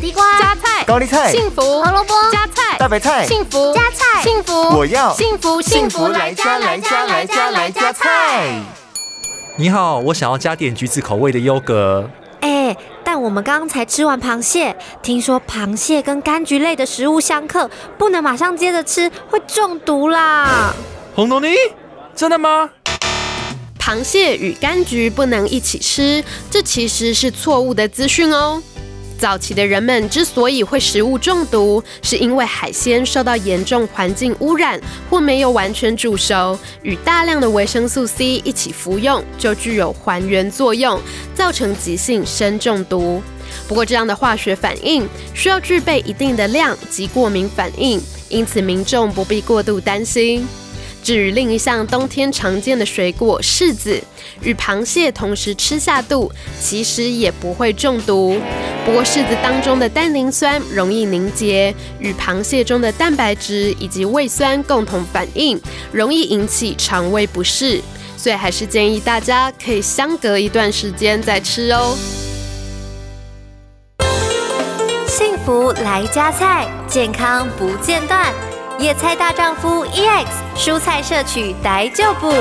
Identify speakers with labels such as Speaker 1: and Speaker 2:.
Speaker 1: 地瓜、
Speaker 2: 加菜、
Speaker 3: 高丽菜、
Speaker 2: 幸福、
Speaker 1: 胡萝卜、
Speaker 2: 加菜、
Speaker 3: 大白菜、
Speaker 2: 幸福、
Speaker 1: 加菜
Speaker 2: 幸福，
Speaker 3: 我要
Speaker 2: 幸福
Speaker 3: 幸福来家来家来家来家菜。
Speaker 4: 你好，我想要加点橘子口味的优格。
Speaker 5: 哎，但我们刚才吃完螃蟹，听说螃蟹跟柑橘类的食物相克，不能马上接着吃，会中毒啦。
Speaker 4: 红豆泥，真的吗？
Speaker 2: 螃蟹与柑橘不能一起吃，这其实是错误的资讯哦。早期的人们之所以会食物中毒，是因为海鲜受到严重环境污染或没有完全煮熟，与大量的维生素 C 一起服用，就具有还原作用，造成急性砷中毒。不过，这样的化学反应需要具备一定的量及过敏反应，因此民众不必过度担心。至于另一项冬天常见的水果柿子，与螃蟹同时吃下肚，其实也不会中毒。不过柿子当中的单宁酸容易凝结，与螃蟹中的蛋白质以及胃酸共同反应，容易引起肠胃不适。所以还是建议大家可以相隔一段时间再吃哦。
Speaker 5: 幸福来加菜，健康，E 不间断。野菜大丈夫 EX 蔬菜摄取逮就补。